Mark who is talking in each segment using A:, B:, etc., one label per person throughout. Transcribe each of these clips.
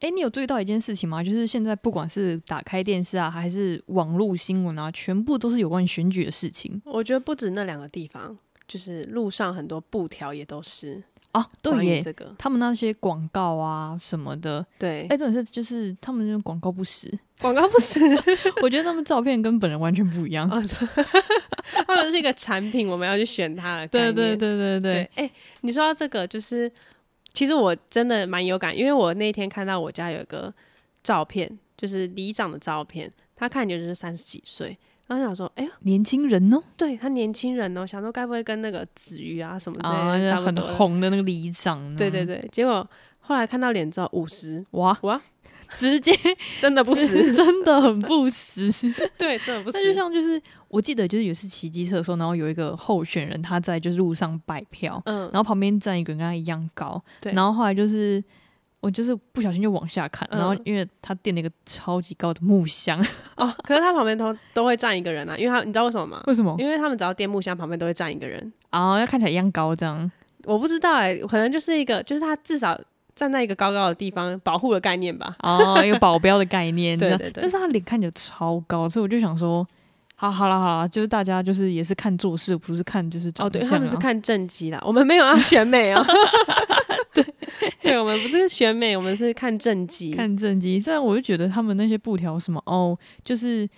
A: 哎，你有注意到一件事情吗？就是现在不管是打开电视啊，还是网络新闻啊，全部都是有关于选举的事情
B: 我觉得不止那两个地方，就是路上很多布条也都是
A: 啊。
B: 关
A: 对
B: 于
A: 耶，
B: 这个，
A: 他们那些广告啊什么的，
B: 对
A: 哎，，重点是就是他们那种广告不实，
B: 广告不 是，
A: 我觉得他们照片跟本人完全不一样。
B: 哦是 他们是一个产品，我们要去选它的概
A: 对
B: 念。
A: 对对对
B: 对
A: 对，，
B: 哎、你说到这个，就是其实我真的蛮有感，因为我那天看到我家有一个照片，就是里长的照片，他看起来就是三十几岁，然后想说，哎、呀，
A: 年轻人哦，
B: 对他年轻人哦，想说该不会跟那个子瑜啊什么之
A: 啊，
B: 类的、差不
A: 很
B: 多的，
A: 红嗯的那个里长，啊
B: 对对，对，结果后来看到脸之后五 十，
A: 哇
B: 哇，
A: 直接
B: 真的不实，
A: 真的很不实。
B: 对，真的不实，
A: 那就像就是我记得就是有一次骑机车的时候，然后有一个候选人他在就是路上摆票，
B: 嗯
A: 然，后旁边站一个人跟他一样高，
B: 对
A: 然后后来就是。我就是不小心就往下看，
B: 嗯
A: 然后因为他垫了一个超级高的木箱，
B: 哦，可是他旁边都都会站一个人啊，因为他你知道为什么吗？
A: 为什么？
B: 因为他们只要电木箱旁边都会站一个人，
A: 啊，要看起来一样高这样。
B: 我不知道哎、可能就是一个，就是他至少站在一个高高的地方保护的概念吧。
A: 哦，一个保镖的概念，
B: 对
A: 这样
B: 对对
A: 但是他脸看起来超高，所以我就想说，好，好了，好了，就是大家就是也是看做事，不是看就是长
B: 哦，对，
A: 相
B: 他们是
A: 啊
B: 看正畸啦，我们没有要选 美哦。对，对，我们不是选美，我们是看正畸。
A: 看正经。这样我就觉得他们那些布条什么哦，就是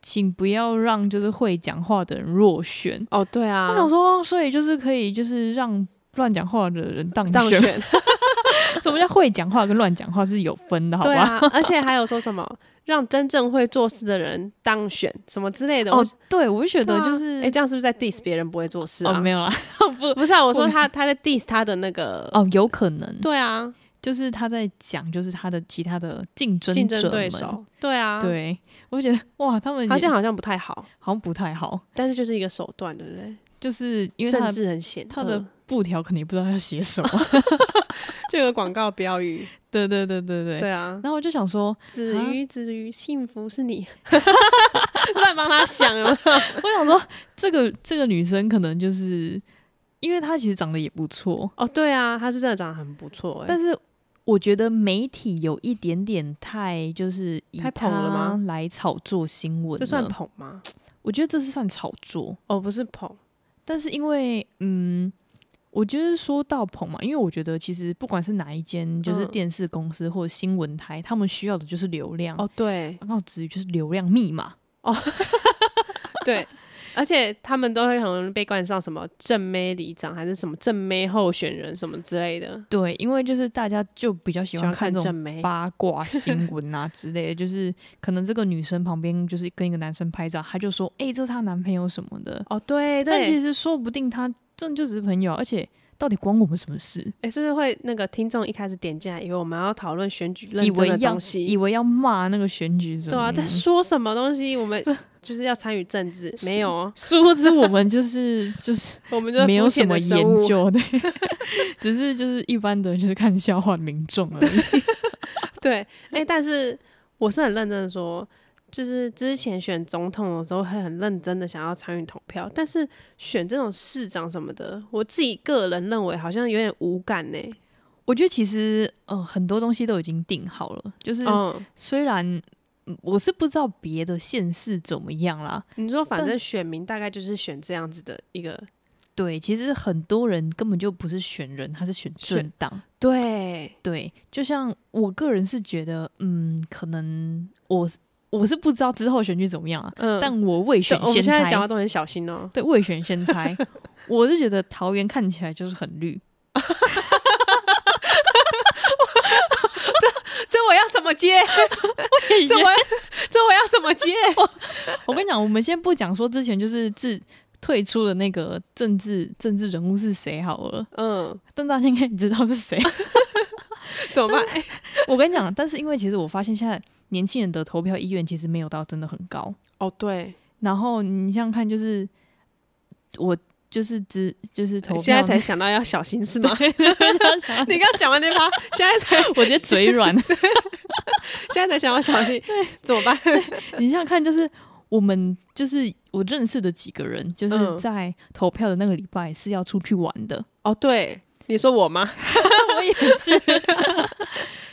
A: 请不要让就是会讲话的人落选。
B: 哦，对啊，
A: 我想说，所以就是可以就是让乱讲话的人当
B: 当
A: 选。
B: 选，
A: 什么叫会讲话跟乱讲话是有分的，好
B: 对
A: 吧？
B: 啊，而且还有说什么让真正会做事的人当选什么之类的。
A: 哦
B: 我，
A: 对，我就觉
B: 对
A: 得
B: 啊
A: 就是
B: 哎、、这样是不是在 diss 别人不会做事啊？
A: 哦，没有啦，不
B: 不是啊，我说他他在 diss 他的那个。
A: 哦，有可能
B: 对啊，
A: 就是他在讲，就是他的其他的竞争
B: 竞
A: 者
B: 争对
A: 们
B: 手，对啊，，
A: 对，我觉得哇，他们
B: 他
A: 也
B: 这样好像不太好，
A: 好像不太好，
B: 但是就是一个手段，对不对？
A: 就是因为他
B: 政
A: 的
B: 治很险，
A: 他的
B: 嗯
A: 布条可能也不知道要写什 么。
B: 就有个广告标语，
A: 对对对对 对。啊
B: 对啊，
A: 然后我就想说，
B: 子瑜子瑜，幸福是你，乱帮他想啊，
A: 我想说这个这个女生可能就是，因为她其实长得也不错，
B: 哦，对啊，他是真的长得很不错，哎
A: 但，是我觉得媒体有一点点太就是以
B: 太捧了吗
A: 她来炒作新闻了，
B: 哎这算捧吗？
A: 我觉得这是算炒作，
B: 哦，不是捧，
A: 但是因为嗯，我觉得说到捧嘛，因为我觉得其实不管是哪一间，就是
B: 嗯
A: 电视公司或者新闻台，他们需要的就是流量。
B: 哦， 对
A: 然后至于就是流量密码，
B: 对，而且他们都会很容易被冠上什么正妹里长，还是什么正妹候选人什么之类的，
A: 对，因为就是大家就比较喜
B: 喜
A: 欢
B: 欢
A: 看
B: 看
A: 这
B: 正
A: 种
B: 妹，
A: 八卦新闻啊之 类的，就是可能这个女生旁边就是跟一个男生拍照，她就说：“哎、这是她男朋友什么的。
B: 哦，对
A: 但其
B: 对，
A: 实说不定她真的就只是朋友啊，而且到底关我们什么事？
B: 哎，是不是会那个听众一开始点进来，以为我们要讨论选举认
A: 以
B: 真
A: 为
B: 的
A: 要
B: 东西
A: 以，为嗯要骂那个选举什么？
B: 对啊，在说什么东西？我们 就是要参与政治，没有哦，
A: 殊不知我们 就是就是
B: 我们就是
A: 没有
B: 肤
A: 什
B: 浅
A: 么
B: 的生
A: 研
B: 物。
A: 究， 对，只是就是一般的就是看笑话的民众而已。
B: 对，哎、但是我是很认真的说，就是之前选总统的时候会很认真的想要参与投票，但是选这种市长什么的，我自己个人认为好像有点无感呢、
A: 我觉得其实呃很多东西都已经定好了，就是
B: 嗯，
A: 虽然嗯我是不知道别的县市怎么样啦，
B: 你说反
A: 但
B: 正选民大概就是选这样子的一个，
A: 对，其实很多人根本就不是选人，他是选政
B: 选
A: 党。
B: 对，
A: 对，就像我个人是觉得，嗯，可能我是我是不知道之后选举怎么样啊，
B: 嗯，
A: 但我未
B: 对
A: 选
B: 我们
A: 先
B: 现在
A: 猜
B: 讲话。都很小 心哦、
A: 对，未选先 猜。我是觉得桃园看起来就是很绿，
B: 这我要怎么接？
A: 这
B: 我这我要怎么接？
A: 我跟你讲，我们先不讲说之前就是自退出的那个政治政治人物是谁好了，
B: 嗯，
A: 但大家应该也知道是谁。
B: 怎么办？哎
A: 我跟你讲，但是因为其实我发现现在年轻人的投票意愿其实没有到真的很高。
B: 哦，对，
A: 然后你想想看，就是我就是只就是投票，
B: 现在才想到要小心是 吗？你刚讲完那趴，现在 才
A: 我直接嘴软。
B: 现在才想要小心，怎么办？
A: 你想想看，就是我们就是我认识的几个人，就是
B: 嗯
A: 在投票的那个礼拜是要出去玩的，
B: 哦，对，你说我吗？
A: 我也是。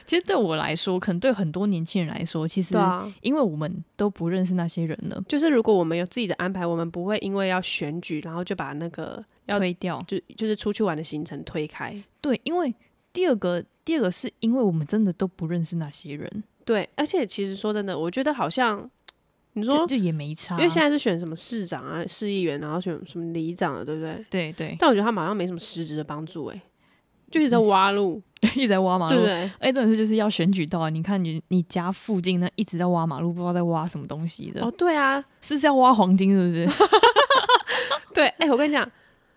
A: 其实对我来说，可能对很多年轻人来说，其实
B: 对啊，
A: 因为我们都不认识那些人了，
B: 就是如果我们有自己的安排，我们不会因为要选举，然后就把那个要
A: 推掉。
B: 就就是出去玩的行程推开。
A: 对，因为第二个，第二个是因为我们真的都不认识那些人，
B: 对，而且其实说真的，我觉得好像你说
A: 就，就也没差。
B: 因为现在是选什么市长啊、市议员，然后选什么里长啊的，对不对？
A: 对 对，
B: 但我觉得他们好像没什么实质的帮助、欸，哎，就一直在挖路，
A: 一直在挖马
B: 嗯对
A: 路
B: 不。对？
A: 哎，重点是就是要选举到啊！你看你你家附近那一直在挖马路，不知道在挖什么东西的，
B: 哦，对啊，
A: 是在挖黄金是不是？
B: 对，哎、我跟你讲，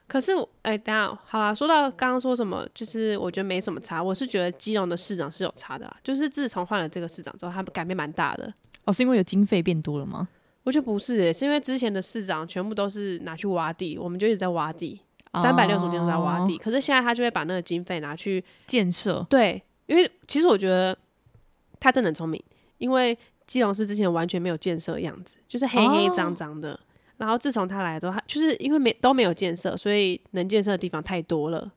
B: 可是我，哎、等一下，好啦，说到刚刚说什么，就是我觉得没什么差，我是觉得基隆的市长是有差的啦，就是自从换了这个市长之后，他改变蛮大的。
A: 哦，是因为有经费变多了吗？
B: 我觉得不是、欸，是因为之前的市长全部都是拿去挖地，我们就一直在挖地，三百六十天都在挖地。可是现在他就会把那个经费拿去
A: 建设，
B: 对，因为其实我觉得他真的很聪明，因为基隆市之前完全没有建设的样子，就是黑黑脏脏的。然后自从他来之后，他就是因为没都没有建设，所以能建设的地方太多了。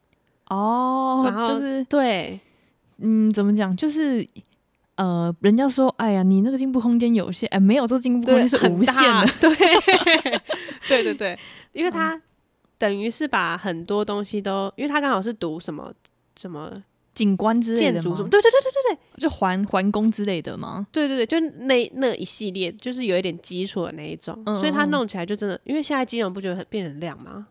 A: 哦
B: 然后
A: 就是
B: 对
A: 嗯，怎么讲？就是呃，人家说，哎呀，你那个进步空间有限，哎，没有，这个进步空
B: 对，
A: 间是
B: 很
A: 无限
B: 大
A: 的。。
B: 对 对对对，因为他等于是把很多东西都，因为他刚好是读什么什么
A: 景观之类
B: 建
A: 的
B: 筑
A: 吗
B: 什么，对对对对
A: 就环环工之类的吗？
B: 对对对，就那那一系列，就是有一点基础的那一种，
A: 嗯
B: 所以他
A: 嗯嗯
B: 弄起来就真的，因为现在基隆不觉得很变得很亮吗？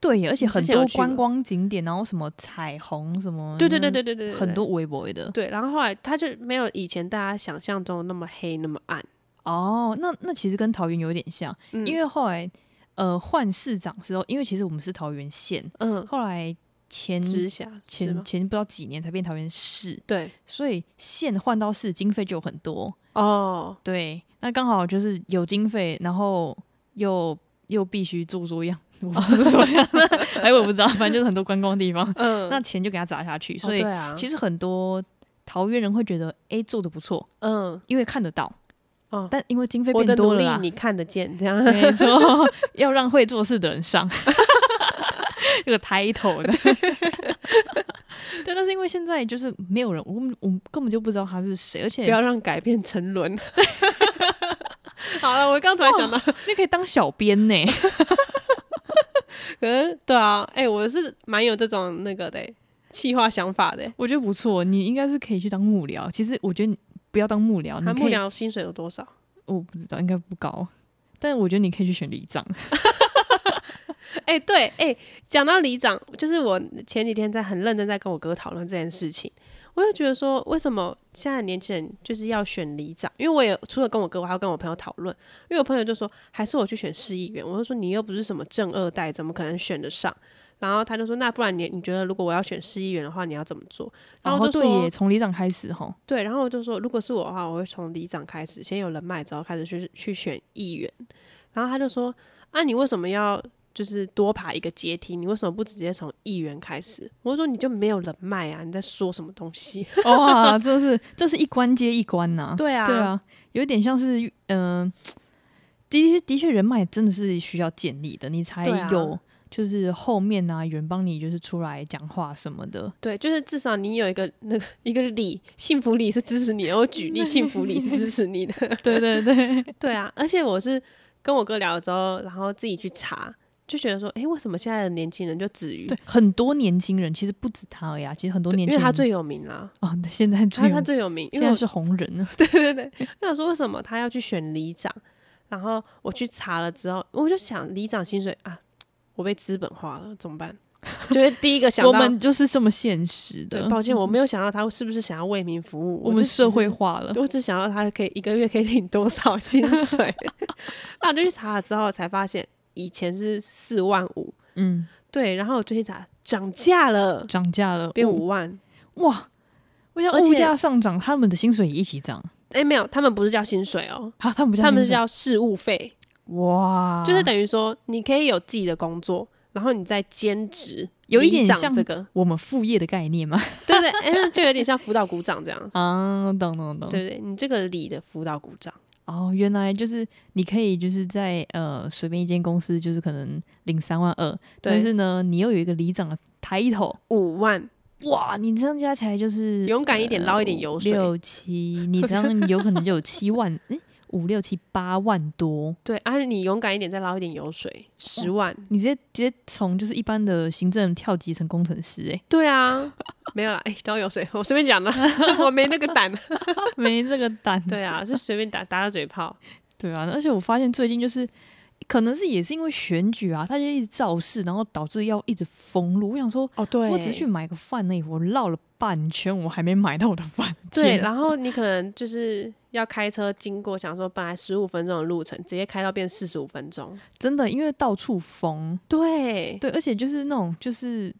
A: 对耶，而且
B: 你之
A: 很
B: 前有
A: 多
B: 去吗
A: 观光景点，然后什么彩虹什么，
B: 对对对对对对，对
A: 嗯很多微博的。
B: 对。然后后来他就没有以前大家想象中的那么黑那么暗，
A: 哦，那那其实跟桃园有点像，
B: 嗯
A: 因为后来呃换市长之后，因为其实我们是桃园县，
B: 嗯，
A: 后来前
B: 直辖是
A: 嗯前
B: 吗？
A: 前不知道几年才变桃园市，
B: 对
A: 所以县换到市经费就有很多。
B: 哦，
A: 对，那刚好就是有经费，然后又又必须做作样，我不是什么样的， 哎，我不知道，反正就是很多观光地方，
B: 嗯，
A: 那钱就给他砸下去，所
B: 哦
A: 以
B: 对啊，
A: 其实很多桃园人会觉得，哎、做的不错，
B: 嗯，
A: 因为看得到。
B: 哦
A: 但因为经费
B: 我
A: 变
B: 的努
A: 多了
B: 力
A: 啦，
B: 你看得见，这 样
A: 没错，要让会做事的人 上。这个 title 的，对，但是因为现在就是没有人，我们我们根本就不知道他是谁，而且
B: 不要让改变沉沦。 好了，我刚突然想到，
A: 你可以当小编呢、
B: 可是对啊，哎、我是蛮有这种那个的、欸企划想法的、 欸
A: 我觉得不错，你应该是可以去当幕僚。其实我觉得你不要当啊幕僚，
B: 他
A: 你
B: 幕
A: 可以，
B: 僚薪水有多少？
A: 我不知道，应该不高，但我觉得你可以去选里长。
B: 哎、对，哎、讲到里长，就是我前几天在很认真在跟我哥讨论这件事情，我就觉得说，为什么现在年轻人就是要选里长？因为我也除了跟我哥，我还要跟我朋友讨论，因为我朋友就说，还是我去选市议员，我就说你又不是什么正二代，怎么可能选得上？然后他就说，那不然你你觉得如果我要选市议员的话，你要怎么做？
A: 然
B: 然后
A: 后
B: 我就
A: 对
B: 说，
A: 耶，从里长开始 吼，
B: 对，然后我就说，如果是我的话，我会从里长开始，先有人脉之后开始去去选议员。然后他就说：“啊，你为什么要就是多爬一个阶梯？你为什么不直接从议员开始？”我就说：“你就没有人脉啊，你在说什么东西
A: 哇，真的是，这是一关接一关呐、？”
B: 对啊，
A: 对，啊，有点像是嗯、的确的确，人脉真的是需要建立的，你才
B: 对啊
A: 有、就是后面啊，有人帮你就是出来讲话什么的。
B: 对，就是至少你有一个 那个一个理，幸福理是支持你的，我举例，幸福理是支持你的。
A: 对对对，
B: 对啊，而且我是跟我哥聊了之后，然后自己去查，就觉得说：“诶，为什么现在的年轻人就止于
A: 对， 很多年轻人其实不止他而已、啊，其实很多
B: 对
A: 年
B: 因
A: 轻
B: 为
A: 人
B: 他最有名啦。”
A: 啊、对现在最
B: 他
A: 有
B: 他最有名，因
A: 现
B: 为
A: 在
B: 我
A: 是红人了。
B: 对 对对，那我说为什么他要去选里长？然后我去查了之后，我就想里长薪水啊，我被资本化了，怎么办？就是第一个想到，
A: 我们就是这么现实
B: 对，
A: 的，嗯
B: 抱歉，我没有想到他是不是想要为民服务，
A: 我
B: 就
A: 们
B: 只
A: 社
B: 是
A: 会化了。
B: 我只想要他可以一个月可以领多少薪 水。那我就去查了之后才发现，以前是四万五，
A: 嗯，
B: 对，然后我最近查涨价了，
A: 涨价了，
B: 变
A: 物
B: 五万。
A: 哇！我想
B: 而且
A: 物价上涨，他们的薪水也一起涨。
B: 哎，没有，他们不是叫薪水哦，
A: 啊，他们不叫
B: 他们
A: 薪
B: 是
A: 水
B: 叫事务费。
A: 哇，
B: 就是等于说，你可以有自己的工作，然后你再兼职，
A: 有一点
B: 里长
A: 像
B: 这个，
A: 我们副业的概念嘛。
B: 对对，哎那就有点像辅导鼓掌这样。
A: 啊，懂懂懂。
B: 对对，你这个里的辅导鼓掌，
A: 哦，原来就是你可以就是在呃随便一间公司，就是可能领三万二，但
B: 对
A: 是呢，你又有一个里长的抬头，
B: 五万，
A: 哇，你这样加起来就是
B: 勇敢一点，捞一点油水。
A: 六七，你这 样有可能就有七万，诶，五六七八万多。
B: 对啊，你勇敢一点，再捞一点油水，十万。
A: 你直接直接从就是一般的行政跳级成工程师、诶，
B: 对啊，没有啦， 哎、捞油水，我随便讲的， 我没那个胆。
A: 没这个胆。
B: 对啊，就随便打打打嘴炮。
A: 对啊，而且我发现最近就是，可能是也是因为选举啊，他就一直造势，然后导致要一直封路。我想说，
B: 哦，对
A: 我只是去买个饭而已，我绕了半圈，我还没买到我的饭。
B: 对，
A: 天哪
B: 然后你可能就是要开车经过，想说本来十五分钟的路程，直接开到变四十五分钟。
A: 真的因为到处封，
B: 对，
A: 对，而且就是那种就是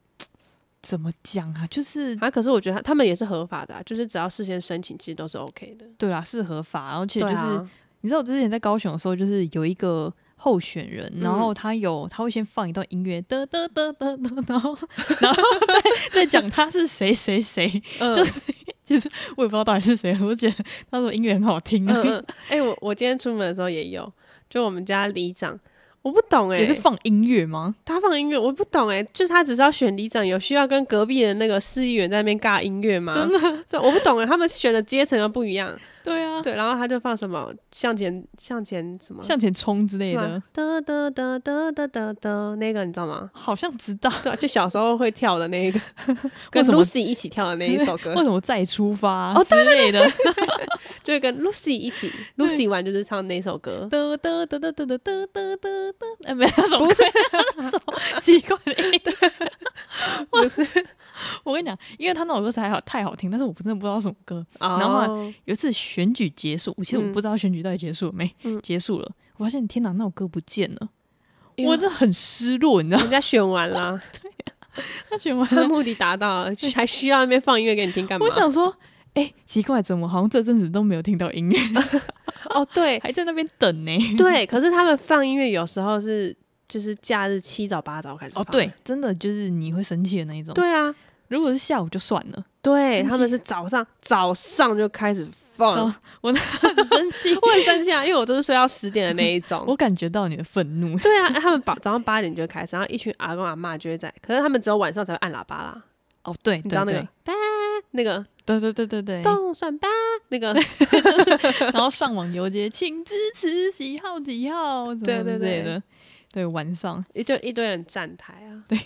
A: 怎么讲啊，就是
B: 啊，可是我觉得他他们也是合法的、啊，就是只要事先申请，其实都是 OK 的。
A: 对啦，是合法，而且
B: 对
A: 就是、
B: 啊，
A: 你知道我之前在高雄的时候，就是有一个候选人，然后他有他会先放一段音乐，得得得得得，然后 然后再再讲他是谁谁谁，
B: 嗯
A: 就是我也不知道到底是谁，我就觉得他说音乐很好听，啊
B: 嗯嗯，哎、我我今天出门的时候也有，就我们家里长，我不懂哎、
A: 也是放音乐吗？
B: 他放音乐，我不懂哎、就是他只是要选里长，有需要跟隔壁的那个市议员在那边尬音乐吗？真的，对，我不懂哎、他们选的阶层又不一样，
A: 对啊，
B: 对，然后他就放什么向前向前什么
A: 向前冲之类
B: 是吗
A: 的，？
B: 啊哒哒哒哒哒哒哒，那个你知道吗
A: 好像知道
B: 对啊，就小时候会跳 的那一个，跟
A: 为什么
B: Lucy 一起跳的那一首 歌
A: 为，什么再出发之类的，
B: 就跟 Lucy 一起
A: 对
B: ，Lucy 玩就是唱那首歌。
A: 得得得得得得得得得得，哎，没有什么
B: 不是
A: 歌什么奇怪的音乐。
B: 不是，
A: 我跟你讲，因为他那首歌实在好太好听，但是我真的不知道什么歌。
B: 然
A: 后啊有一次选举结束，其实我
B: 嗯
A: 不知道选举到底结束了没，
B: 嗯
A: 结束了，我发现天哪，那首歌不见了，我
B: 我
A: 真的很失落，你知道吗？
B: 人家选完 了，
A: 他选完
B: 他目的达到了，还需要那边放音乐给你听干嘛
A: 我？想说，哎、奇怪，怎么好像这阵子都没有听到音乐，
B: 哦， 对
A: 还在那边等呢、
B: 对，可是他们放音乐有时候是就是假日七早八早开始
A: 哦，
B: 放
A: 对，，真的就是你会生气的那一种。，
B: 对啊，
A: 如果是下午就算了，
B: 对
A: 生气
B: 他们是早上早上就开始
A: 早
B: 放，
A: 我很生气，
B: 我很生气啊，因为我都是睡到十点的那 一种，
A: 我感觉到你的愤怒。
B: 对啊，他们早早上八点就会开始，然后一群阿公阿妈就会在，可是他们只有晚上才会按喇叭啦。
A: 哦，对，
B: 你知道那
A: 对
B: 个叭那个
A: 对对对对对对，
B: 动算叭那个，
A: 然后上网游街，请支持几号几号，什么
B: 对对
A: 之类
B: 对
A: 的。对，晚上
B: 一堆一堆人站台啊。
A: 对，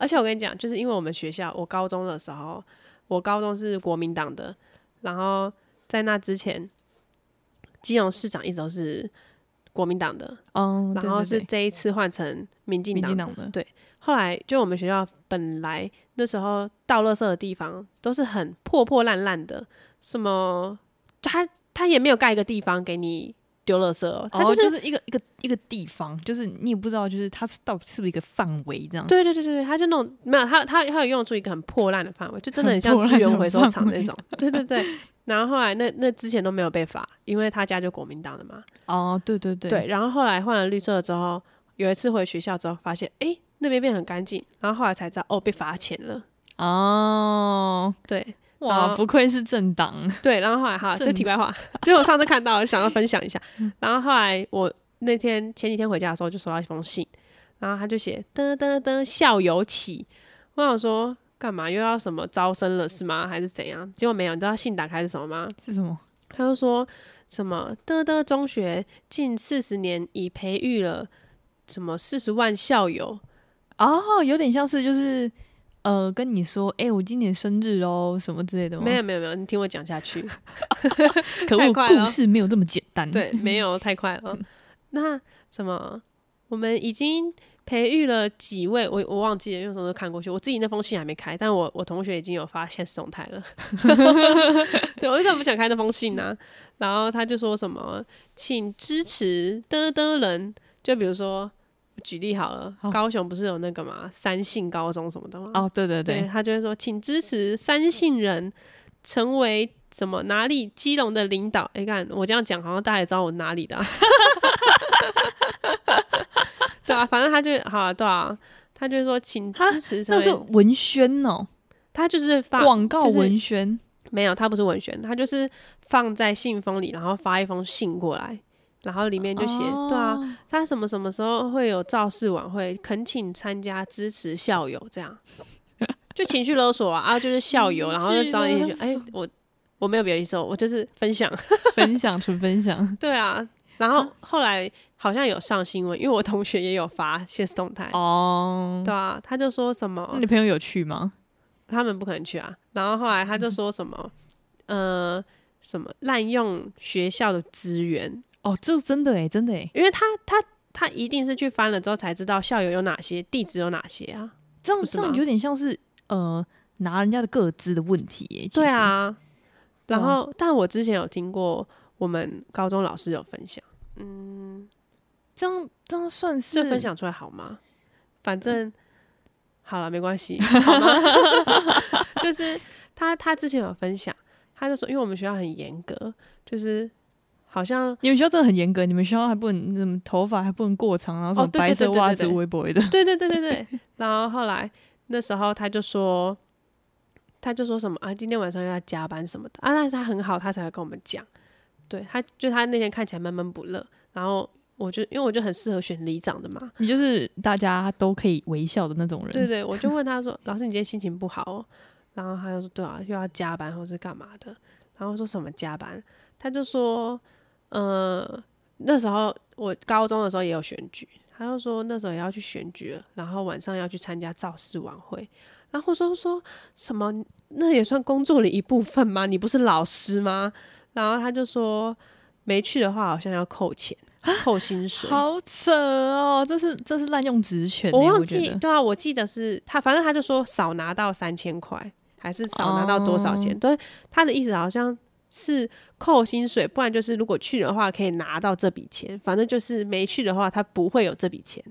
B: 而且我跟你讲，就是因为我们学校，我高中的时候，我高中是国民党的，然后在那之前，基隆市长一直都是国民党的，
A: 嗯，对
B: 然后
A: 对
B: 是
A: 对
B: 这一次换成民进
A: 民
B: 党
A: 进
B: 的。
A: 党的，
B: 后来就我们学校本来那时候倒垃圾的地方都是很破破烂烂的，什么就他他也没有盖一个地方给你丢垃圾哦，他
A: 哦，
B: 就是、
A: 就是一个一个一个地方，就是你也不知道，就是它是到底是不是一个范围这样。
B: 对对对对对，他就那种没有他他他有用出一个很破烂的范围，就真的很
A: 很
B: 像
A: 破烂
B: 资源
A: 的
B: 回收厂
A: 范围
B: 那种， 对对对。然后后来那那之前都没有被罚，因为他家就国民党的嘛，
A: 哦，对对对
B: 对，然后后来换了绿色之后，有一次回学校之后发现，诶，那边变很干净，然后后来才知道哦被罚钱了，
A: 哦，
B: 对，然
A: 哇，
B: 后
A: 不愧是政党，
B: 对，然后后来哈，
A: 正嗯
B: 这题外话， 就我上次看到，想要分享一下。然后后来我那天前几天回家的时候，就收到一封信，然后他就写“噔噔噔，校友起”，我想说干嘛又要什么招生了是吗？还是怎样？结果没有，你知道信打开是什么吗？
A: 是什么？
B: 他就说什么“的的中学近四十年已培育了什么四十万校友
A: 哦，有点像是就是呃，跟你说，哎、我今年生日哦，什么之类”，的吗？
B: 没有没有没有，你听我讲下去。
A: 可
B: 太
A: 恶，
B: 快了
A: 故事没有这么简单。
B: 对，没有太快了。那什么，我们已经培育了几位，我我忘记了，因为那时候都看过去，我自己那封信还没开，但我我同学已经有发现实动态了。 对，我就根本不想开那封信呐、然后他就说什么，请支持的的人，就比如说。举例好了，
A: 好
B: 高雄不是有那个嘛三信高中什么的吗？
A: 哦，对对对，
B: 对他就会说，请支持三姓人成为什么哪里基隆的领导。哎、看我这样讲，好像大家也知道我哪里的、啊。 对啊，反正他就好、啊，对啊，他就会说请支持成
A: 那是
B: 为，
A: 文宣哦，
B: 他就是发
A: 广告
B: 就是
A: 文宣。
B: 没有，他不是文宣，他就是放在信封里，然后发一封信过来，然后里面就写，对啊，
A: 哦，
B: 他什么什么时候会有造势晚会，恳请参加支持校友这样。 就情绪勒索啊，啊，就是校友，然后就找你
A: 情绪
B: 去
A: 勒，索
B: 哎、我我没有别的意思哦，我就是分享，
A: 分享纯分享
B: 对啊，然
A: 嗯
B: 后后来好像有上新闻，因为我同学也有发现实动态，
A: 哦。嗯
B: 对啊，他就说什么
A: 那你朋友有去吗？
B: 他们不可能去啊，然后后来他就说 什么，呃，什么滥用学校的资源，
A: 哦，这真的哎，真的哎，
B: 因为他他他一定是去翻了之后才知道校友有哪些，地址有哪些啊，
A: 这样
B: 不是
A: 这样
B: 吗
A: 有点像是呃拿人家的个资的问题耶。其
B: 对
A: 实，
B: 啊，
A: 对啊
B: 然后但我之前有听过我们高中老师有分享，
A: 这样这样算
B: 这
A: 是
B: 分享出来好吗？反正好了，没 关系，好吗？ 就是他他之前有分享，他就说，因为我们学校很严格，就是好像
A: 你们学校真的很严格，你们学校还不能什么头发还不能过长，然后什
B: 哦
A: 么
B: 对对
A: 白色
B: 对对
A: 袜子
B: 对对
A: 围脖的。
B: 对对对对对。然后后来那时候他就说，他就说什么啊，今天晚上又要加班什么的啊，但是他很好，他才会跟我们讲。对，他就他那天看起来闷闷不乐，然后我就因为我就很适合选里长的嘛，
A: 你就是大家都可以微笑的那种人。
B: 对对，我就问他说：“老师，你今天心情不好哦？”然后他就说：“对啊，又要加班或是干嘛的。”然后我说什么加班？他就说：“呃，那时候我高中的时候也有选举，他就说那时候也要去选举了，然后晚上要去参加造势晚会。”然后我说说什么？那也算工作的一部分吗？你不是老师吗？然后他就说没去的话好像要扣钱，扣薪水。
A: 好扯哦，这是这是滥用职权、欸，
B: 我
A: 我
B: 忘
A: 觉
B: 记，
A: 得
B: 对啊，我记得是他，反正他就说少拿到三千块，还是少拿到多少钱？
A: 哦
B: 对，他的意思好像是扣薪水，不然就是如果去的话可以拿到这笔钱，反正就是没去的话他不会有这笔钱，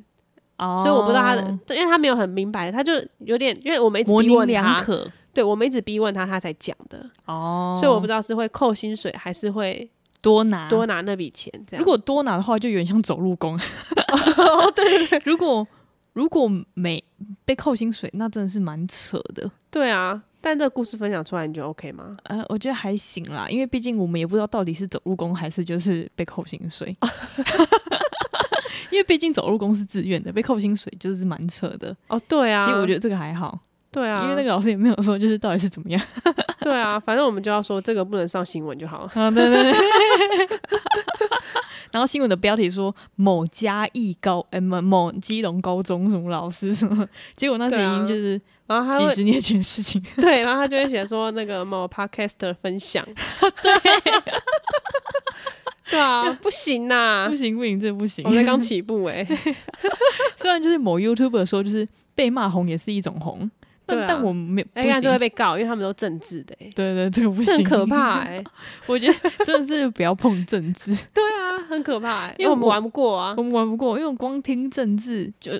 A: 哦，
B: 所以我不知道他的，因为他没有很明白，他就有点，因为我们一直
A: 模
B: 逼
A: 棱
B: 问
A: 两
B: 他，
A: 可
B: 对我们一直逼问他，他才讲的，
A: 哦，
B: 所以我
A: 知
B: 不知道是会扣薪水还是会
A: 多拿
B: 多拿那笔钱这样。
A: 如果多拿的话，就有点像走路工。
B: 哦，对对对，
A: 如果 如果没被扣薪水，那真的是蛮扯的。
B: 对啊，但这个故事分享出来你觉得 OK 吗？
A: 呃，我觉得还行啦，因为毕竟我们也不知道到底是走路工还是就是被扣薪水。 因为毕竟走路工是自愿的，被扣薪水就是蛮扯的。
B: 哦，对啊，
A: 其实我觉得这个还好，
B: 对啊，
A: 因为那个老师也没有说就是到底是怎么样。
B: 对啊，反正我们就要说这个不能上新闻就好 了。
A: 啊，对对对。 然后新闻的标题说某嘉义高，呃，某某基隆高中什么老师什么， 结果那是已
B: 对啊
A: 经就是
B: 然后他
A: 几
B: 会
A: 十年前的事情。
B: 对，然后他就会写说那个某 podcaster 分享，对，对啊，不行呐、
A: 不行不行，这不行
B: 我。们才刚起步 哎、
A: 虽然就是某 YouTuber 说，就是被骂红也是一种红，但、
B: 对啊
A: 但我没不
B: 哎、欸，就会
A: 行。
B: 被告，因为他们都政治的哎、
A: 对对，这个不
B: 这
A: 行，
B: 很可怕哎、
A: 我觉得真的是不要碰政治，
B: 对啊，很可怕哎、
A: 因为
B: 因为我们
A: 我
B: 玩不过啊
A: 我。们玩不过，因为我光听政治就，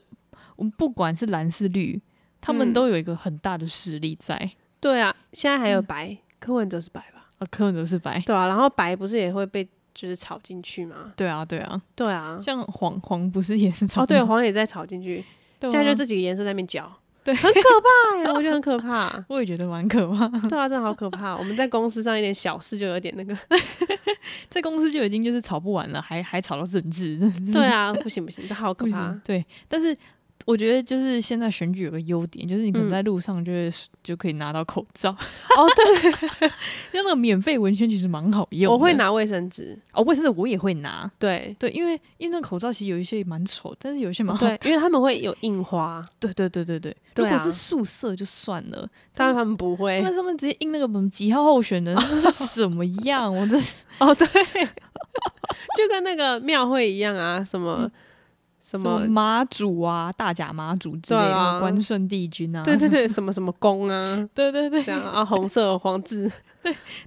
A: 我们不管是蓝是绿，他们
B: 嗯
A: 都有一个很大的实力在。
B: 对啊，现在还有白，柯文哲是白吧？
A: 啊，柯文哲是白，
B: 对啊，然后白不是也会被就是炒进去吗？
A: 对啊对啊，
B: 对啊，
A: 像黄黄不是也是
B: 哦
A: 超
B: 对，黄也在炒进去，
A: 对啊
B: 现在就这几个颜色在那边搅，
A: 对
B: 很可怕哎、我觉得很可 怕。
A: 我也觉得蛮可怕。
B: 对啊，真的好可怕！我们在公司上一点小事就有点那个。
A: 在公司就已经就是吵不完了，还还吵到政治，真的是
B: 对啊，不行不行，这好可
A: 不
B: 怕
A: 行。。对，但是我觉得就是现在选举有个优点，就是你可能
B: 嗯
A: 在路上就会、就可以拿到口罩，
B: 哦，对，
A: 像 那个免费文宣其实蛮好用的。
B: 我会拿卫生纸。
A: 哦，卫生纸我也会拿。
B: 对
A: 对，因为因为那个口罩其实有一些蛮丑，但是有一些蛮好。
B: 哦对，因为他们会有印花，
A: 对对对对对，
B: 对啊哎
A: 如果是宿舍就算了，
B: 但他们不
A: 他
B: 会。
A: 们上面直接印那个什么几号候选人，这是什么样？ 我这是
B: 哦，对， 就跟那个庙会一样啊，什么什
A: 嗯什
B: 么
A: 么，妈祖啊、大甲妈祖之类
B: 对
A: 的，
B: 啊
A: 关圣帝君啊，
B: 对对对，什么什么宫啊，
A: 对对对
B: 这样啊，红色黄字。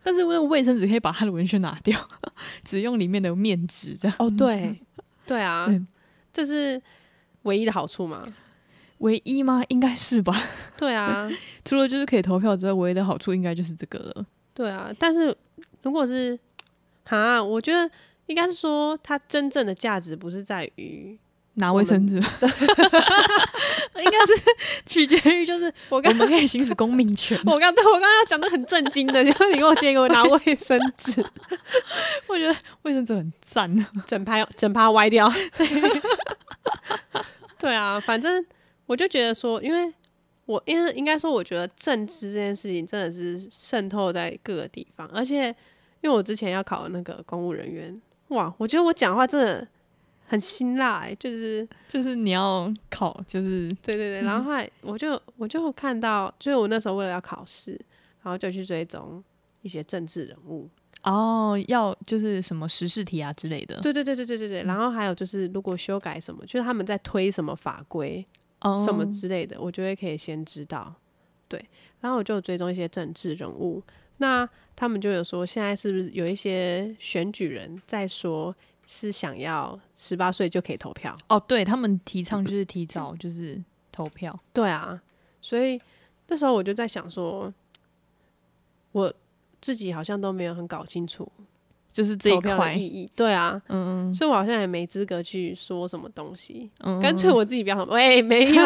A: 但是那个卫生纸可以把它的文宣拿掉， 只用里面的面纸这样。
B: 哦，对，对啊
A: 对，
B: 这是唯一的好 处嘛。
A: 唯一吗？应该是吧。
B: 对啊，
A: 除了就是可以投票之外，唯一的好处应该就是这个了。
B: 对啊，但是如果是哈，我觉得应该是说它真正的价值不是在于
A: 拿卫生纸，应 该是取决于就是
B: 我。
A: 我们可以行使公民权
B: 我刚对我刚刚要讲的很震惊的， 结果你给我接给我拿卫生纸，
A: 我觉得卫生纸很赞。
B: 整排整排歪掉。 对啊，反正我就觉得说，因为我因为应该说，我觉得政治这件事情真的是渗透在各个地方，而且因为我之前要考那个公务人员，哇，我觉得我讲话真的很辛辣、欸，就是
A: 就是你要考，就是
B: 对对对，然后后来我就我就看到，就是我那时候为了要考试，然后就去追踪一些政治人物，
A: 哦，要就是什么时事题啊之类的，
B: 对对对对对对对，然后还有就是如果修改什么，就是他们在推什么法规，
A: 哦
B: 什么之类的，我就会可以先知道。对，然后我就有追踪一些政治人物，那他们就有说，现在是不是有一些选举人在说是想要十八岁就可以投票？
A: 哦，对他们提倡就是提早就是投票，
B: 对啊，所以那时候我就在想说，我自己好像都没有很搞清楚
A: 就是这一
B: 投票的
A: 块
B: 意，义。对啊，嗯嗯，所以我好像也没资格去说什么东西，
A: 嗯
B: 干脆我自己不要投。喂，没 有，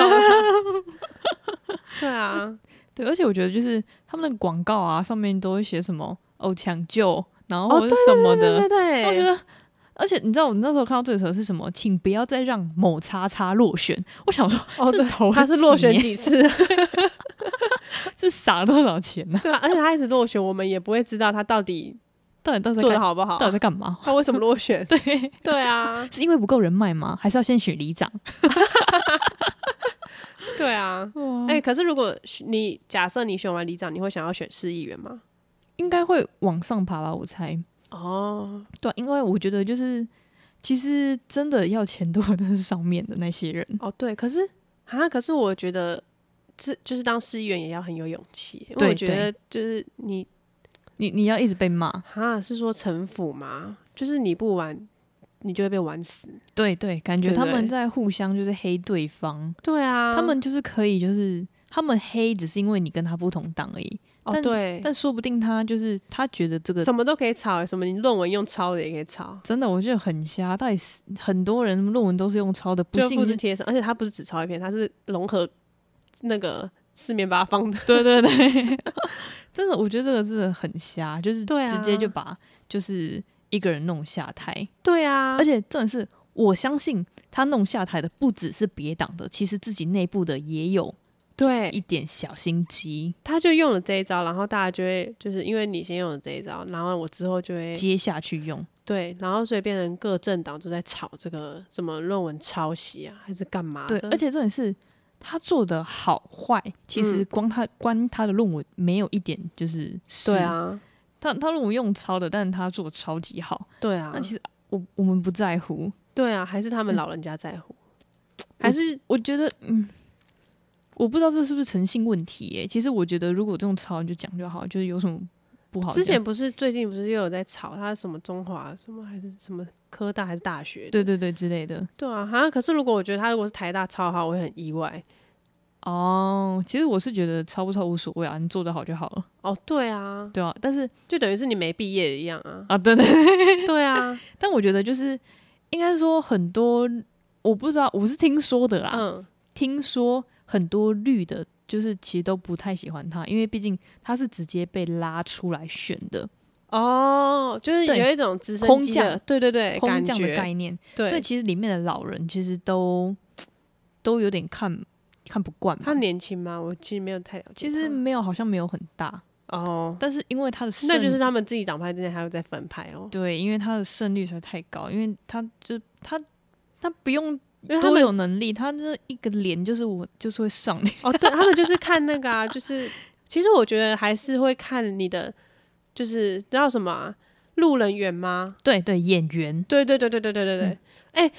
B: 对啊，
A: 对，而且我觉得就是他们的广告啊，上面都会写什么哦抢救，然后
B: 哦
A: 或者是什么的，
B: 对对，
A: 我觉得。而且你知道我那时候看到最扯的是什么？请不要再让某叉叉落选。我想说，
B: 哦，
A: 这
B: 对，
A: 投了
B: 他是
A: 几
B: 落选
A: 年
B: 几 次，
A: 是撒了多少钱呢、
B: 对啊，而且他一直落选，我们也不会知道他到底
A: 到底到底在
B: 做的
A: 干
B: 好不好
A: 到，底在干嘛？
B: 他为什么落选？
A: 对，
B: 对啊，
A: 是因为不够人脉吗？还是要先选里长？
B: 对啊，哎，可是如果你假设你选完里长，你会想要选市议员吗？
A: 应该会往上爬吧，我猜。
B: 哦，
A: 对啊、因为我觉得就是，其实真的要钱多的真的是上面的那些人。
B: 哦，对，可是啊，可是我觉得。这就是当市议员也要很有勇气，因为
A: 对
B: 我觉得就是你
A: 你你要一直被骂，
B: 啊，是说城府吗？就是你不玩，你就会被玩死。
A: 对对，感觉
B: 对
A: 他
B: 对
A: 们在互相就是黑对方，
B: 对啊，
A: 他们就是可以就是他们黑，只是因为你跟他不同党而已。
B: 哦
A: 但
B: 对，
A: 但说不定他就是他觉得这个
B: 什么都可以炒、欸什么你论文用抄的也可以抄，
A: 真的，我觉得很瞎。到底是很多人论文都是用抄的，不
B: 就
A: 信
B: 复制贴上，而且它不是只抄一篇，它是融合那个四面八方的。
A: 对对对，真的，我觉得这个真的很瞎，就是
B: 对啊
A: 直接就把就是一个人弄下台，
B: 对啊
A: 而且重点是，我相信他弄下台的不只是别党的，其实自己内部的也有一
B: 对，
A: 点小心机，
B: 他就用了这一招，然后大家就会就是因为你先用了这一招，然后我之后就会
A: 接下去用。
B: 对，然后所以变成各政党都在吵这个什么论文抄袭啊，还是干嘛
A: 对
B: 的？，
A: 而且重点是。他做的好坏，其实
B: 嗯
A: 光他、关他的论文没有一点就是是
B: 对，啊，
A: 他他论文用抄的，但是他做得超级好。
B: 对啊
A: 那，其实嗯我我们不在乎，
B: 对啊，还是他们老人家在乎，还是
A: 我觉得嗯，我不知道这是不是诚信问题耶、其实我觉得如果这种抄你就讲就好，就是有什么不好讲。
B: 之前不是最近不是又有在吵他什么中华什么还是什么科大还是大学的？
A: 对对对之类的
B: 对啊，哈！可是如果我觉得他如果是台大超好，我会很意外。
A: 哦，其实我是觉得抄不抄无所谓啊，你做得好就好了，
B: 哦，对啊，
A: 对啊。但是
B: 就等于是你没毕业一样啊。
A: 啊，对对
B: 对啊，
A: 但我觉得就是应该说很多，我不知道，我是听说的啦，
B: 嗯，
A: 听说很多绿的，就是其实都不太喜欢他，因为毕竟他是直接被拉出来选的
B: 哦，就是
A: 对
B: 有一种直升
A: 空
B: 机
A: 降
B: 的，对对对，
A: 空
B: 感
A: 降
B: 觉
A: 的概念，
B: 对，
A: 所以其实里面的老人其实都都有点看看不惯嘛
B: 他。年轻吗？我其实没有太了解他。
A: 其实没有，好像没有很大，
B: 哦，
A: 但是因为他的胜
B: 那就是他们自己党派之间还有在分派哦，
A: 对，因为他的胜率实在太高，因为他就他他不用
B: 因为他
A: 多
B: 们
A: 有能力，他这一个脸就是我就是会上脸。
B: 哦，对他们就是看那个啊，就是其实我觉得还是会看你的，就是叫什么啊路人缘吗？
A: 对对，演员
B: 对对对对对对对对。
A: 嗯
B: 哎、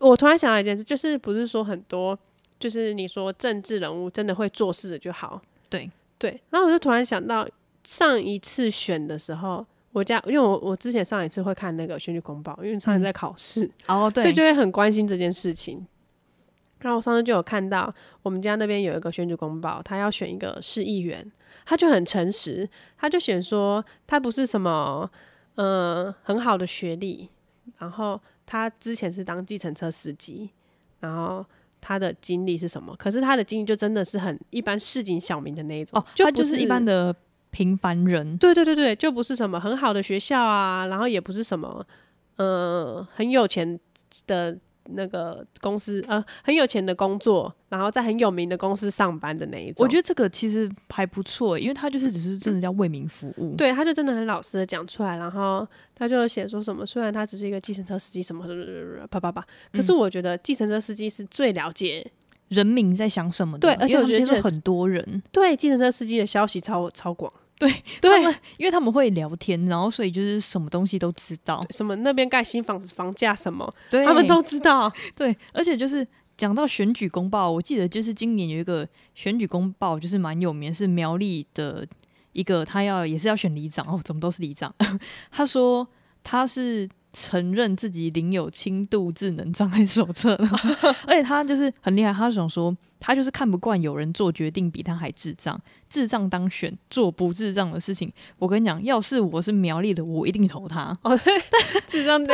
B: 我突然想到一件事，就是不是说很多，就是你说政治人物真的会做事就好。
A: 对
B: 对，然后我就突然想到上一次选的时候。我家，因为我我之前上一次会看那个选举公报，因为
A: 嗯
B: 上一次在考试，
A: 哦，
B: 所以就会很关心这件事情。然后我上次就有看到我们家那边有一个选举公报，他要选一个市议员，他就很诚实，他就选说他不是什么呃很好的学历，然后他之前是当计程车司机，然后他的经历是什么？可是他的经历就真的是很一般市井小民的那一种
A: 哦，他
B: 不
A: 就是一般的平凡人，
B: 对对对对，就不是什么很好的学校啊，然后也不是什么呃很有钱的那个公司呃很有钱的工作，然后在很有名的公司上班的那一种。
A: 我觉得这个其实还不错，因为他就是只是真的叫为民服务。
B: 对，他就真的很老实的讲出来，然后他就写说什么，虽然他只是一个计程车司机，什么什么什么什么啪啪啪，可是我觉得计程车司机是最了解，
A: 人民在想什么的，
B: 对而且
A: 因为
B: 我
A: 他
B: 觉得
A: 们接触
B: 这
A: 很多人，
B: 对计程车司机的消息超超广，
A: 对他
B: 对
A: 们，因为他们会聊天，然后所以就是什么东西都知道，
B: 什么那边盖新房子房价什么，
A: 对
B: 他们都知道，
A: 对，而且就是讲到选举公报，我记得就是今年有一个选举公报，就是蛮有名，是苗栗的一个，他要也是要选里长哦，怎么都是里长。 他说他是承认自己领有轻度智能障碍手册， 而且他就是很厉害，他想说他就是看不惯有人做决定比他还智障，智障当选做不智障的事情。我跟你讲，要是我是苗栗的，我一定投他。
B: 智障的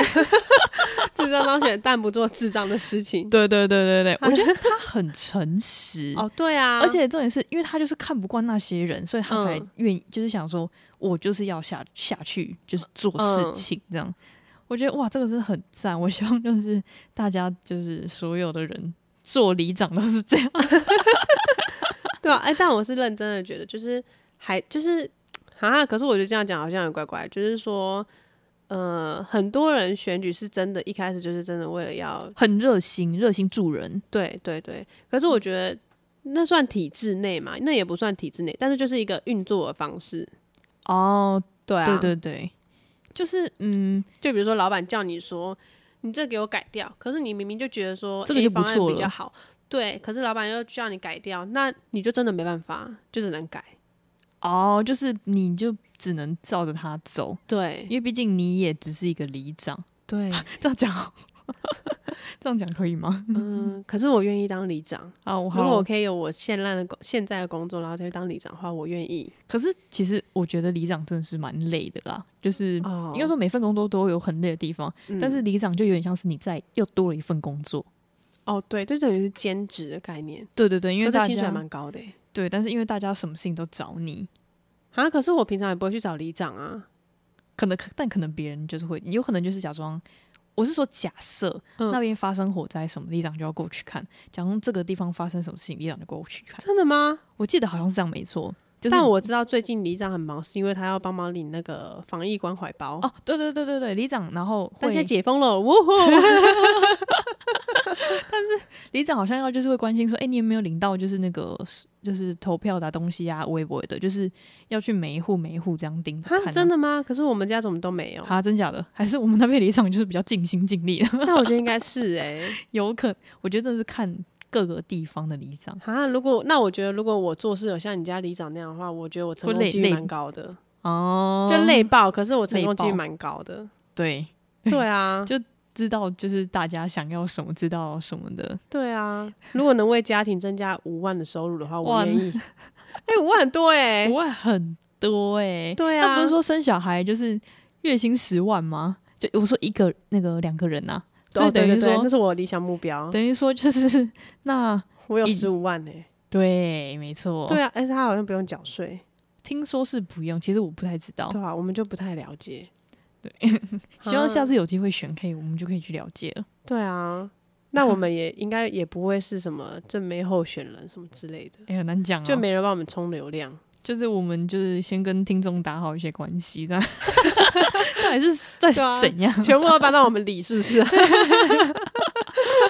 B: 智障当选，但不做智障的事情。
A: 对对对对 对，我觉得他很诚实
B: 哦，对啊，
A: 而且重点是因为他就是看不惯那些人，所以他才
B: 嗯
A: 愿意，就是想说，我就是要下下去，就是做
B: 嗯
A: 事情这样。我觉得哇，这个是很赞。我希望就是大家就是所有的人做里长都是这样。
B: 对啊，哎、但我是认真的觉得，就是还就是啊，可是我觉得这样讲好像很怪怪，就是说，呃，很多人选举是真的，一开始就是真的为了要
A: 很热心，热心助人，
B: 对对对，可
A: 嗯
B: 是我觉得那算体制内嘛，那也不算体制内，但是就是一个运作的方式。
A: 哦，
B: 对啊，
A: 对对对，就是嗯，
B: 就比如说老板叫你说你这给我改掉，可是你明明就觉得说
A: 这个
B: A
A: 就不
B: 方案
A: 错
B: 比较
A: 了
B: 好，对，可是老板又叫你改掉，那你就真的没办法，就只能改。
A: 哦，就是你就只能照着他走，
B: 对
A: 因为毕竟你也只是一个里长。
B: 对，
A: 这样讲好，这样讲可以吗？
B: 嗯，可是我愿意当里长。
A: 啊，我
B: 如果
A: 好
B: 我可以有我现任的工现在的工作，然后再去当里长的话，我愿意。
A: 可是其实我觉得里长真的是蛮累的啦，就是
B: 哦
A: 应该说每份工作都有很累的地方，
B: 嗯
A: 但是里长就有点像是你在又多了一份工作。
B: 哦，对，就等于是兼职的概念，
A: 对对对，因
B: 因
A: 为
B: 为
A: 大
B: 薪水还
A: 家
B: 蛮高的欸。
A: 对，但是因为大家什么事情都找你，
B: 啊，可是我平常也不会去找里长啊。
A: 可能但可能别人就是会，你有可能就是假装。我是说，假设
B: 嗯
A: 那边发生火灾什么，里长就要过去看；假如这个地方发生什么事情，里长就过去看。
B: 真的吗？
A: 我记得好像是这样，没错。就是、
B: 但我知道最近里长很忙，是因为他要帮忙领那个防疫关怀包。
A: 哦，对对对对对，里长然后
B: 但
A: 会
B: 现在解封了，呜呼！
A: 里长好像要就是会关心说，哎、你有没有领到就是那个就是投票的啊东西啊、微博的，就是要去每一户每一户这样盯着看、
B: 哈，真的哦吗？可是我们家怎么都没有？
A: 啊，真假的？还是我们那边里长就是比较尽心尽力的？
B: 那我觉得应该是哎、欸。
A: 有可，我觉得这是看各个地方的里长
B: 啊，如果那我觉得如果我做事有像你家里长那样的话，我觉得我成
A: 会
B: 功
A: 累
B: 几率
A: 累
B: 蛮高的，
A: 哦，
B: 就累爆。可是我成
A: 累
B: 功几率
A: 爆
B: 蛮高 的。
A: 对，
B: 对啊，
A: 知道就是大家想要什么，知道什么的。
B: 对啊，如果能为家庭增加五万的收入的话，我
A: 哇
B: 愿意。哎、五万很多哎、
A: 国外很多哎、
B: 对啊，
A: 他不是说生小孩就是月薪十万吗？就我说一个那个两个人呐、所
B: 哦，
A: 以等
B: 对
A: 于
B: 对
A: 说、
B: 对，那是我的理想目标。
A: 等于说就是 那
B: 我有
A: 一哦
B: 十五万哎、
A: 对，没错。
B: 对，啊，而且他好像不用缴税。
A: 听说是不用，其实我不太知道。
B: 对啊，我们就不太了
A: 哦
B: 解。
A: 希望下次有机会选可以，我们就可以去了解了。
B: 对啊，那我们也应该也不会是什么正妹候选人什么之类的，
A: 哎、很难讲、哦，
B: 就没人帮我们充流量。
A: 就是我们就是先跟听众打好一些关系，这样 到底是在
B: 对啊
A: 怎样？
B: 全部都搬到我们里，是不是？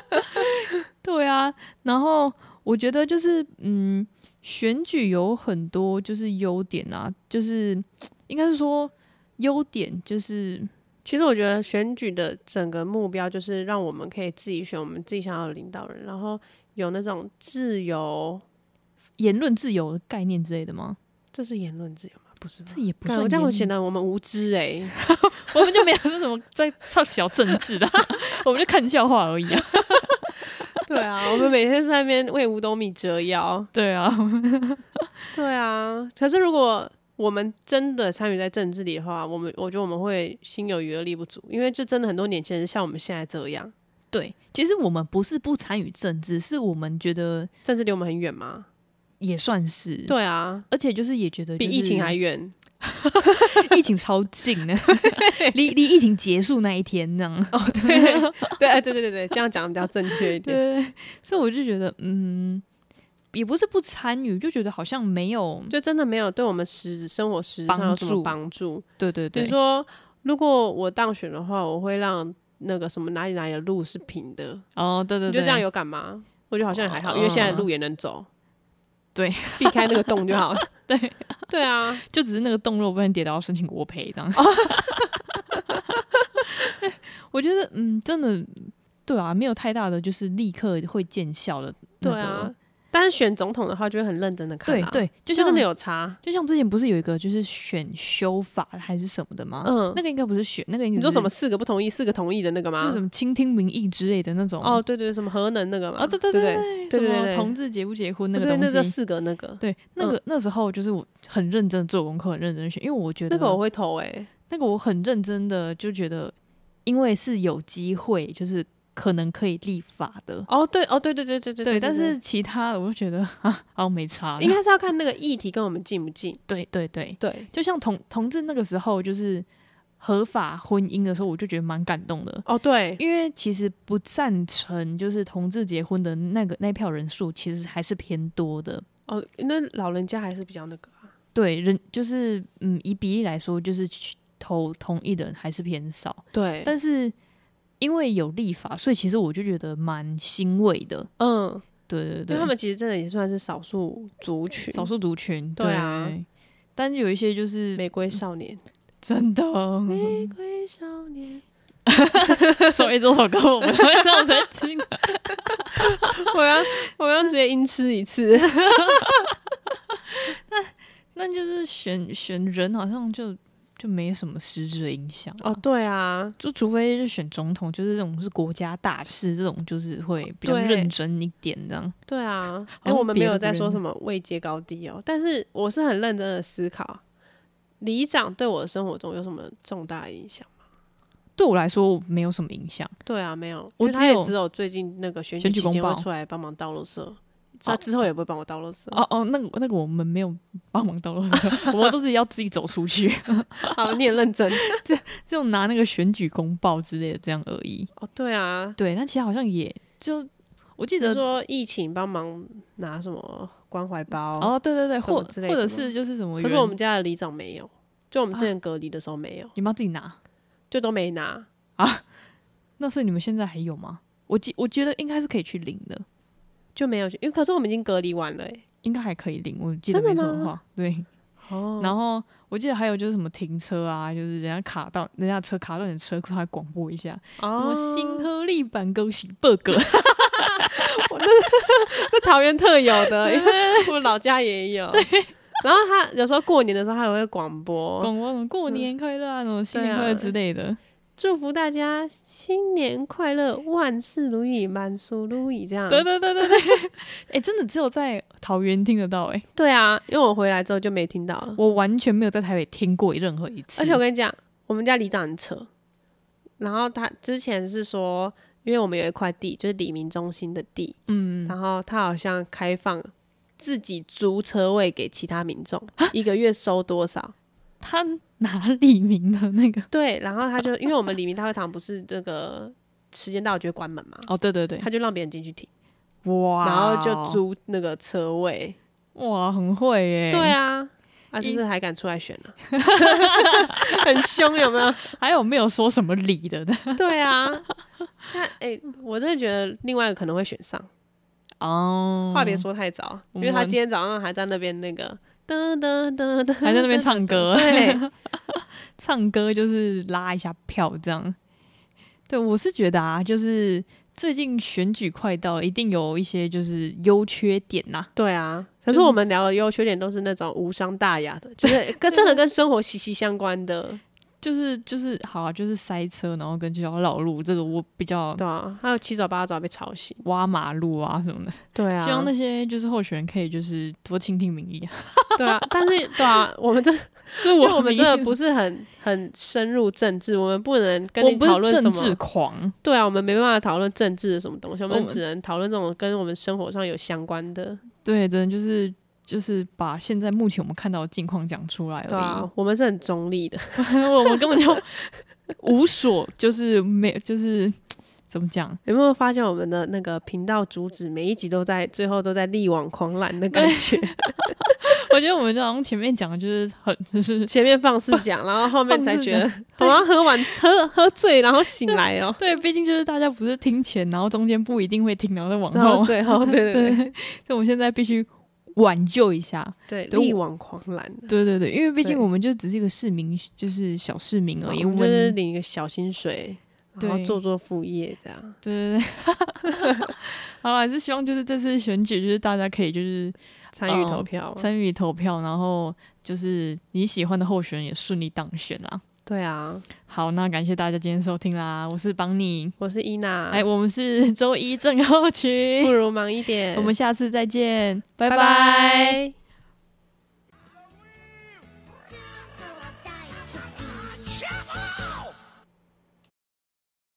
A: 对啊，然后我觉得就是嗯，选举有很多就是优点啊，就是应该是说优点就是
B: 其实我觉得选举的整个目标就是让我们可以自己选我们自己想要的领导人，然后有那种自由，
A: 言论自由的概念之类的吗？
B: 这是言论自由吗？不是吧？
A: 啊这也不
B: 干
A: 算
B: 我这样
A: 言
B: 会显
A: 论
B: 得我们无知哎、
A: 我们就没有说什么在唱小政治的， 我们就看笑话而已啊。
B: 对啊，我们每天在那边为五斗米折腰。
A: 对啊，
B: 对啊，可是如果我们真的参与在政治里的话，我们我觉得我们会心有余而力不足，因为就真的很多年轻人像我们现在这样，
A: 对，其实我们不是不参与政治，是我们觉得
B: 政治离我们很远嘛。
A: 也算是，
B: 对啊，
A: 而且就是也觉得、
B: 比疫情还，远。
A: 疫情超 近的，离离疫情结束那一天那样。哦，
B: 对对对对对对，这样讲比较正确一点。
A: 对， 所以我就觉得，嗯，也不是不参与，就觉得好像没有，
B: 就真的没有对我们实生活实质上有什么帮助。
A: 对对
B: 比如
A: 对，
B: 说，如果我当选的话，我会让那个什么哪里哪里的路是平的，
A: 哦，对对
B: 你
A: 对，哦
B: 就这样有感吗？我觉得好像也还好，因为现在路也能走，
A: 对，
B: 避开那个洞就好了。
A: 对
B: 对 啊，
A: 就只是那个洞肉不然跌倒要申请国赔这样。 我觉得，嗯，真的，对啊，没有太大的就是立刻会见效的、那
B: 对
A: 个
B: 啊。但是选总统的话，就会很认真的看、
A: 对
B: 啊，，
A: 对，就
B: 就
A: 像
B: 真的，有差。
A: 就像之前不是有一个就是选修法还是什么的吗？
B: 嗯
A: 那，个应该不是选，那个应该
B: 你说
A: 只
B: 什么四个不同意，四个同意的那个吗？
A: 是？就什么倾听民意之类的那种
B: 哦，对对，什么核能那个嘛？
A: 哦，对对
B: 对
A: 对
B: 对对
A: 什
B: 对
A: 么
B: 对
A: 同志结不结婚那
B: 对
A: 个
B: 对，
A: 东
B: 那
A: 西
B: 个，四个那个，
A: 对，那个那时候就是我很认真地做功课，很认真地选，因为我觉得
B: 那个我会投哎、
A: 那个我很认真的就觉得，因为是有机会，就是可能可以立法的，
B: 哦，对，哦，对对对对对
A: 对。但是其他的我就觉得啊，好没差。
B: 应该是要看那个议题跟我们近不近。
A: 对对对，
B: 对，
A: 就像同同志那个时候，就是合法婚姻的时候，我就觉得蛮感动的。
B: 哦，对，
A: 因为其实不赞成就是同志结婚的那个那票人数，其实还是偏多的。
B: 哦，那老人家还是比较那个啊、
A: 对人就是嗯，以比例来说，就是去投同意的人还是偏少。
B: 对，
A: 但是因为有立法，所以其实我就觉得蛮欣慰的。
B: 嗯，
A: 对对
B: 因
A: 对，
B: 为他们其实真的也算是少数族群，
A: 少数族群，
B: 对啊
A: 但有一些就是
B: 玫瑰少 年，
A: 真的，
B: 玫瑰少年，
A: 所以这首歌我们会让人听。
B: 我要我要直接音痴一次，
A: 那就是选选人好像就就没什么实质的影响
B: 哦，
A: 哦，
B: 对啊，
A: 就除非是选总统，就是这种是国家大事，这种就是会比较
B: 对
A: 认真一点这样。
B: 对啊，
A: 好
B: 哎、
A: 像
B: 我们没
A: 别
B: 有
A: 的
B: 在
A: 人
B: 说什么位阶高低哦，但是我是很认真的思考，里长对我的生活中有什么重大影响？
A: 对我来说我没有什么影响，
B: 对啊，没有，
A: 我
B: 因为
A: 只
B: 他也
A: 有
B: 只有最近那个选举
A: 选举
B: 期间
A: 公
B: 会
A: 报
B: 出来帮忙倒垃圾，他之后也不会帮我倒垃圾。
A: 哦哦，那个那个我们没有帮忙到， 我们都是要自己走出去。
B: 好，你也认真
A: 就拿那个选举公报之类的这样而已。
B: 哦。对 啊，
A: 对，但其实好像也就我记
B: 记得
A: 得
B: 说疫情帮忙拿什么关怀包，
A: 哦，对对对，
B: 什么
A: 或
B: 之类
A: 或
B: 的
A: 者
B: 吗
A: 是就是什么原，
B: 可是我们家的里长没有，就我们之前隔离的时候没有，
A: 你们要自己拿，
B: 就都没拿。
A: 那所以你们现在还有吗？我记我觉得应该是可以去领的，
B: 就没有去，因为可是我们已经隔离完了、欸，
A: 应该还可以领，我记得
B: 真的
A: 没错的
B: 吗
A: 话，对。
B: 哦，
A: 然后我记得还有就是什么停车啊，就是人家卡到人家车卡到你的车库，还广播一下，什么
B: 哦，
A: 新合力版恭喜 bug，
B: 那桃园特有的， 因为我老家也有。然后他有时候过年的时候，他也会广播，
A: 广播什么过年快乐啊，什么新
B: 哦对
A: 年
B: 啊
A: 快乐之类的。
B: 祝福大家新年快乐，万事如意，满书如意，这样。
A: 对对对对对， 哎、真的只有在桃园听得到哎、
B: 对啊，因为我回来之后就没听到了。
A: 我完全没有在台北听过任何一次，
B: 而且我跟你讲，我们家里长很扯。然后他之前是说，因为我们有一块地，就是李明中心的地，
A: 嗯，
B: 然后他好像开放自己租车位给其他民众，
A: 啊
B: 一个月收多少？
A: 他哪里明的那个？
B: 对，然后他就因为我们李明大会堂不是那个时间到就会关门嘛，
A: 哦，对对对，
B: 他就让别人进去停，
A: 哇哦
B: 然后就租那个车位。
A: 哇，很会耶。
B: 对，啊，啊，就是还敢出来选呢、啊，很凶有没有？
A: 还有没有说什么理的呢？
B: 对啊，那哎、我真的觉得另外一个可能会选上，
A: 哦，
B: 话别说太早，
A: 我
B: 因
A: 们
B: 为他今天早上还在那边那个噔噔噔噔，
A: 还在那边唱歌，
B: 对，
A: 唱歌就是拉一下票这样。对，我是觉得啊，就是最近选举快到了，一定有一些就是优缺点呐、
B: 对啊。可
A: 就是
B: 是我们聊的优缺点都是那种无伤大雅 的，就是跟真的跟生活息息相关的，
A: 就是就是好啊，就是塞车，然后跟这条老路，这个我比较
B: 对啊。还有七早八早被吵醒，
A: 挖马路啊什么的。
B: 对啊，
A: 希望那些就是候选人可以就是多倾听民意啊，
B: 对啊。 但是对啊，我们这
A: 是
B: 因为我们
A: 这
B: 真的不是很很深入政治，我们不能跟
A: 我
B: 你
A: 们不是
B: 讨论什
A: 政
B: 么
A: 治狂，
B: 对啊，我们没办法讨论政治的什么东西，我
A: 我
B: 们
A: 们
B: 只能讨论这种跟我们生活上有相关的。
A: 对，真的就是就是把现在目前我们看到的境况讲出来而已。
B: 对啊，我们是很中立 的，
A: 我们根本就无所，就是没，就是怎么讲？
B: 有没有发现我们的那个频道主旨每一集都在最后都在力挽狂澜的感觉？
A: 我觉得我们就好像前面讲的就是很，就是
B: 前面放肆讲，然后后面
A: 放
B: 才
A: 肆
B: 觉
A: 讲，
B: 得好像喝完喝喝醉，然后醒来哦
A: 对，毕竟就是大家不是听前，然后中间不一定会听，然后再往
B: 然后
A: 后。
B: 最后对对
A: 对，
B: 对
A: 所以我们现在必须挽救一下。
B: 对
A: 对我
B: 力挽狂澜。
A: 对对对，因为毕竟
B: 对
A: 我们就只是一个市民，就是小市民而已。
B: 我
A: 我
B: 们就是
A: 们
B: 领一个小薪水，然后
A: 对
B: 做做副业这样。
A: 对对对， 好了，还是希望就是这次选举，就是大家可以就是
B: 参与
A: 哦
B: 投票，
A: 参与投票，然后就是你喜欢的候选人也顺利当选啦。
B: 对啊，
A: 好，那感谢大家今天收听啦，我是邦尼，
B: 我是伊娜，
A: 哎，我们是周一正后
B: 不
A: 群，
B: 如忙一点，
A: 我们下次再见，拜拜
B: 拜拜